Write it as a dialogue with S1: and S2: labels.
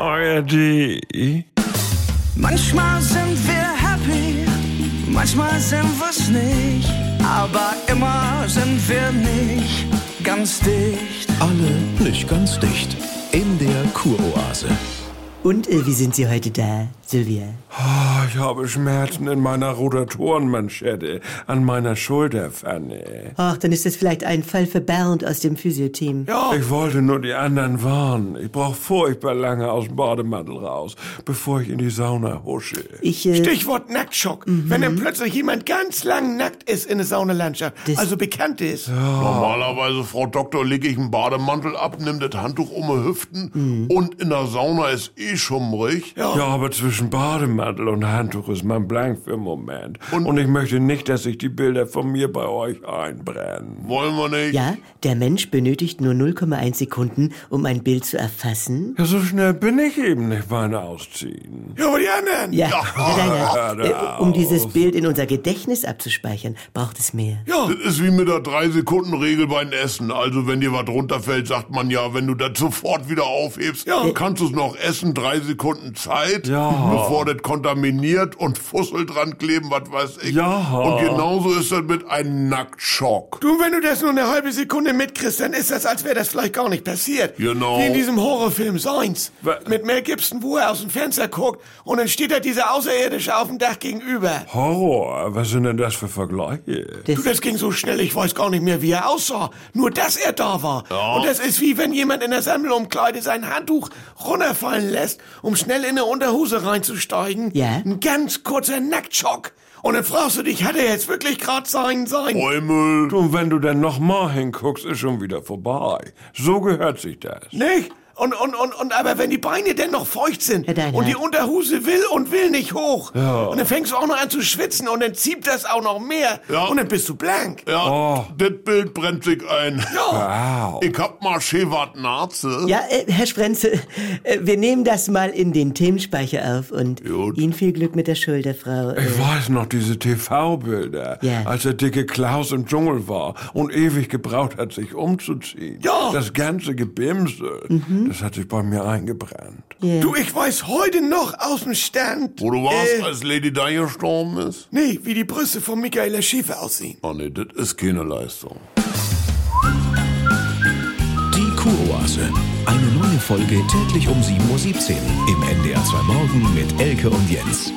S1: ARD.
S2: Manchmal sind wir happy, manchmal sind wir's nicht, aber immer sind wir nicht ganz dicht.
S3: Alle nicht ganz dicht. In der Kuroase.
S4: Und äh, wie sind Sie heute da, Silvia?
S1: Ah, ich habe Schmerzen in meiner Rotatorenmanschette, an meiner Schulter, Fanny.
S4: Ach, dann ist das vielleicht ein Fall für Bernd aus dem Physioteam.
S1: Ich wollte nur die anderen warnen. Ich brauche furchtbar lange aus dem Bademantel raus, bevor ich in die Sauna husche.
S4: Ich, äh,
S5: Stichwort Nacktschock. Wenn dann plötzlich jemand ganz lang nackt ist in der Saunalandschaft, also bekannt ist.
S6: Normalerweise, Frau Doktor, lege ich einen Bademantel ab, nimm das Handtuch um die Hüften und in der Sauna ist eh schummrig.
S1: Mhm. Ja, aber zwischen Bademantel und Handtuch ist man blank für einen Moment. Und, ich möchte nicht, dass sich die Bilder von mir bei euch einbrennen.
S6: Wollen wir nicht?
S4: Ja, der Mensch benötigt nur 0,1 Sekunden, um ein Bild zu erfassen.
S1: Ja, so schnell bin ich eben nicht beim Ausziehen.
S5: Ja, aber die anderen.
S4: Ja, ja, ja,
S1: hör
S4: ja. Äh, um dieses Bild in unser Gedächtnis abzuspeichern, braucht es mehr.
S6: Das ist wie mit der 3-Sekunden-Regel beim Essen. Also, wenn dir was runterfällt, sagt man ja, wenn du das sofort wieder aufhebst, kannst du es noch essen, drei Sekunden Zeit,
S1: Ja.
S6: bevor das kontaminiert und Fussel dran kleben, was weiß ich.
S1: Ja.
S6: Und genauso ist das mit einem Nacktschock.
S5: Du, wenn du das nur eine halbe Sekunde mitkriegst, dann ist das, als wäre das vielleicht gar nicht passiert.
S6: Genau.
S5: Wie in diesem Horrorfilm Seins.
S1: Wa-
S5: Mit Mel Gibson, wo er aus dem Fenster guckt und dann steht da dieser Außerirdische auf dem Dach gegenüber.
S1: Horror, was sind denn das für Vergleiche?
S5: Du, das ging so schnell, ich weiß gar nicht mehr, wie er aussah. Nur, dass er da war. Und das ist wie, wenn jemand in der Sammelumkleide sein Handtuch runterfallen lässt, um schnell in eine Unterhose reinzusteigen.
S4: Ja.
S5: Ein ganz kurzer Nacktschock. Und dann fragst du dich, hat er jetzt wirklich gerade sein sein?
S6: Bäumel.
S1: Du, wenn du dann noch mal hinguckst, ist schon wieder vorbei. So gehört sich das.
S5: Nicht? Und, und, und, und, aber wenn die Beine denn noch feucht sind
S4: Herr Deinhardt.
S5: und die Unterhose will und will nicht hoch und dann fängst du auch noch an zu schwitzen und dann zieht das auch noch mehr und dann bist du blank.
S6: Ja,
S1: Oh.
S6: das Bild brennt sich ein.
S1: Wow.
S6: Ich hab mal Schewart Narze.
S4: Ja, äh, Herr Sprenzel, äh, wir nehmen das mal in den Themenspeicher auf und
S6: Gut.
S4: Ihnen viel Glück mit der Schulterfrau. Äh,
S1: Ich weiß noch diese TV-Bilder,
S4: Ja.
S1: als der dicke Klaus im Dschungel war und ewig gebraucht hat, sich umzuziehen.
S5: Ja.
S1: Das ganze Gebimse, das hat sich bei mir eingebrannt.
S4: Mhm. ja.
S5: Du, ich weiß heute noch aus dem Stand.
S6: Wo du warst,
S5: Äh,
S6: als Lady Di gestorben ist?
S5: nee, wie die Brüste von Michaela Schäfer aussehen.
S6: Oh nee, das ist keine Leistung.
S3: Die Kuroase. Eine neue Folge täglich um 7.17 Uhr im NDR 2 Morgen mit Elke und Jens.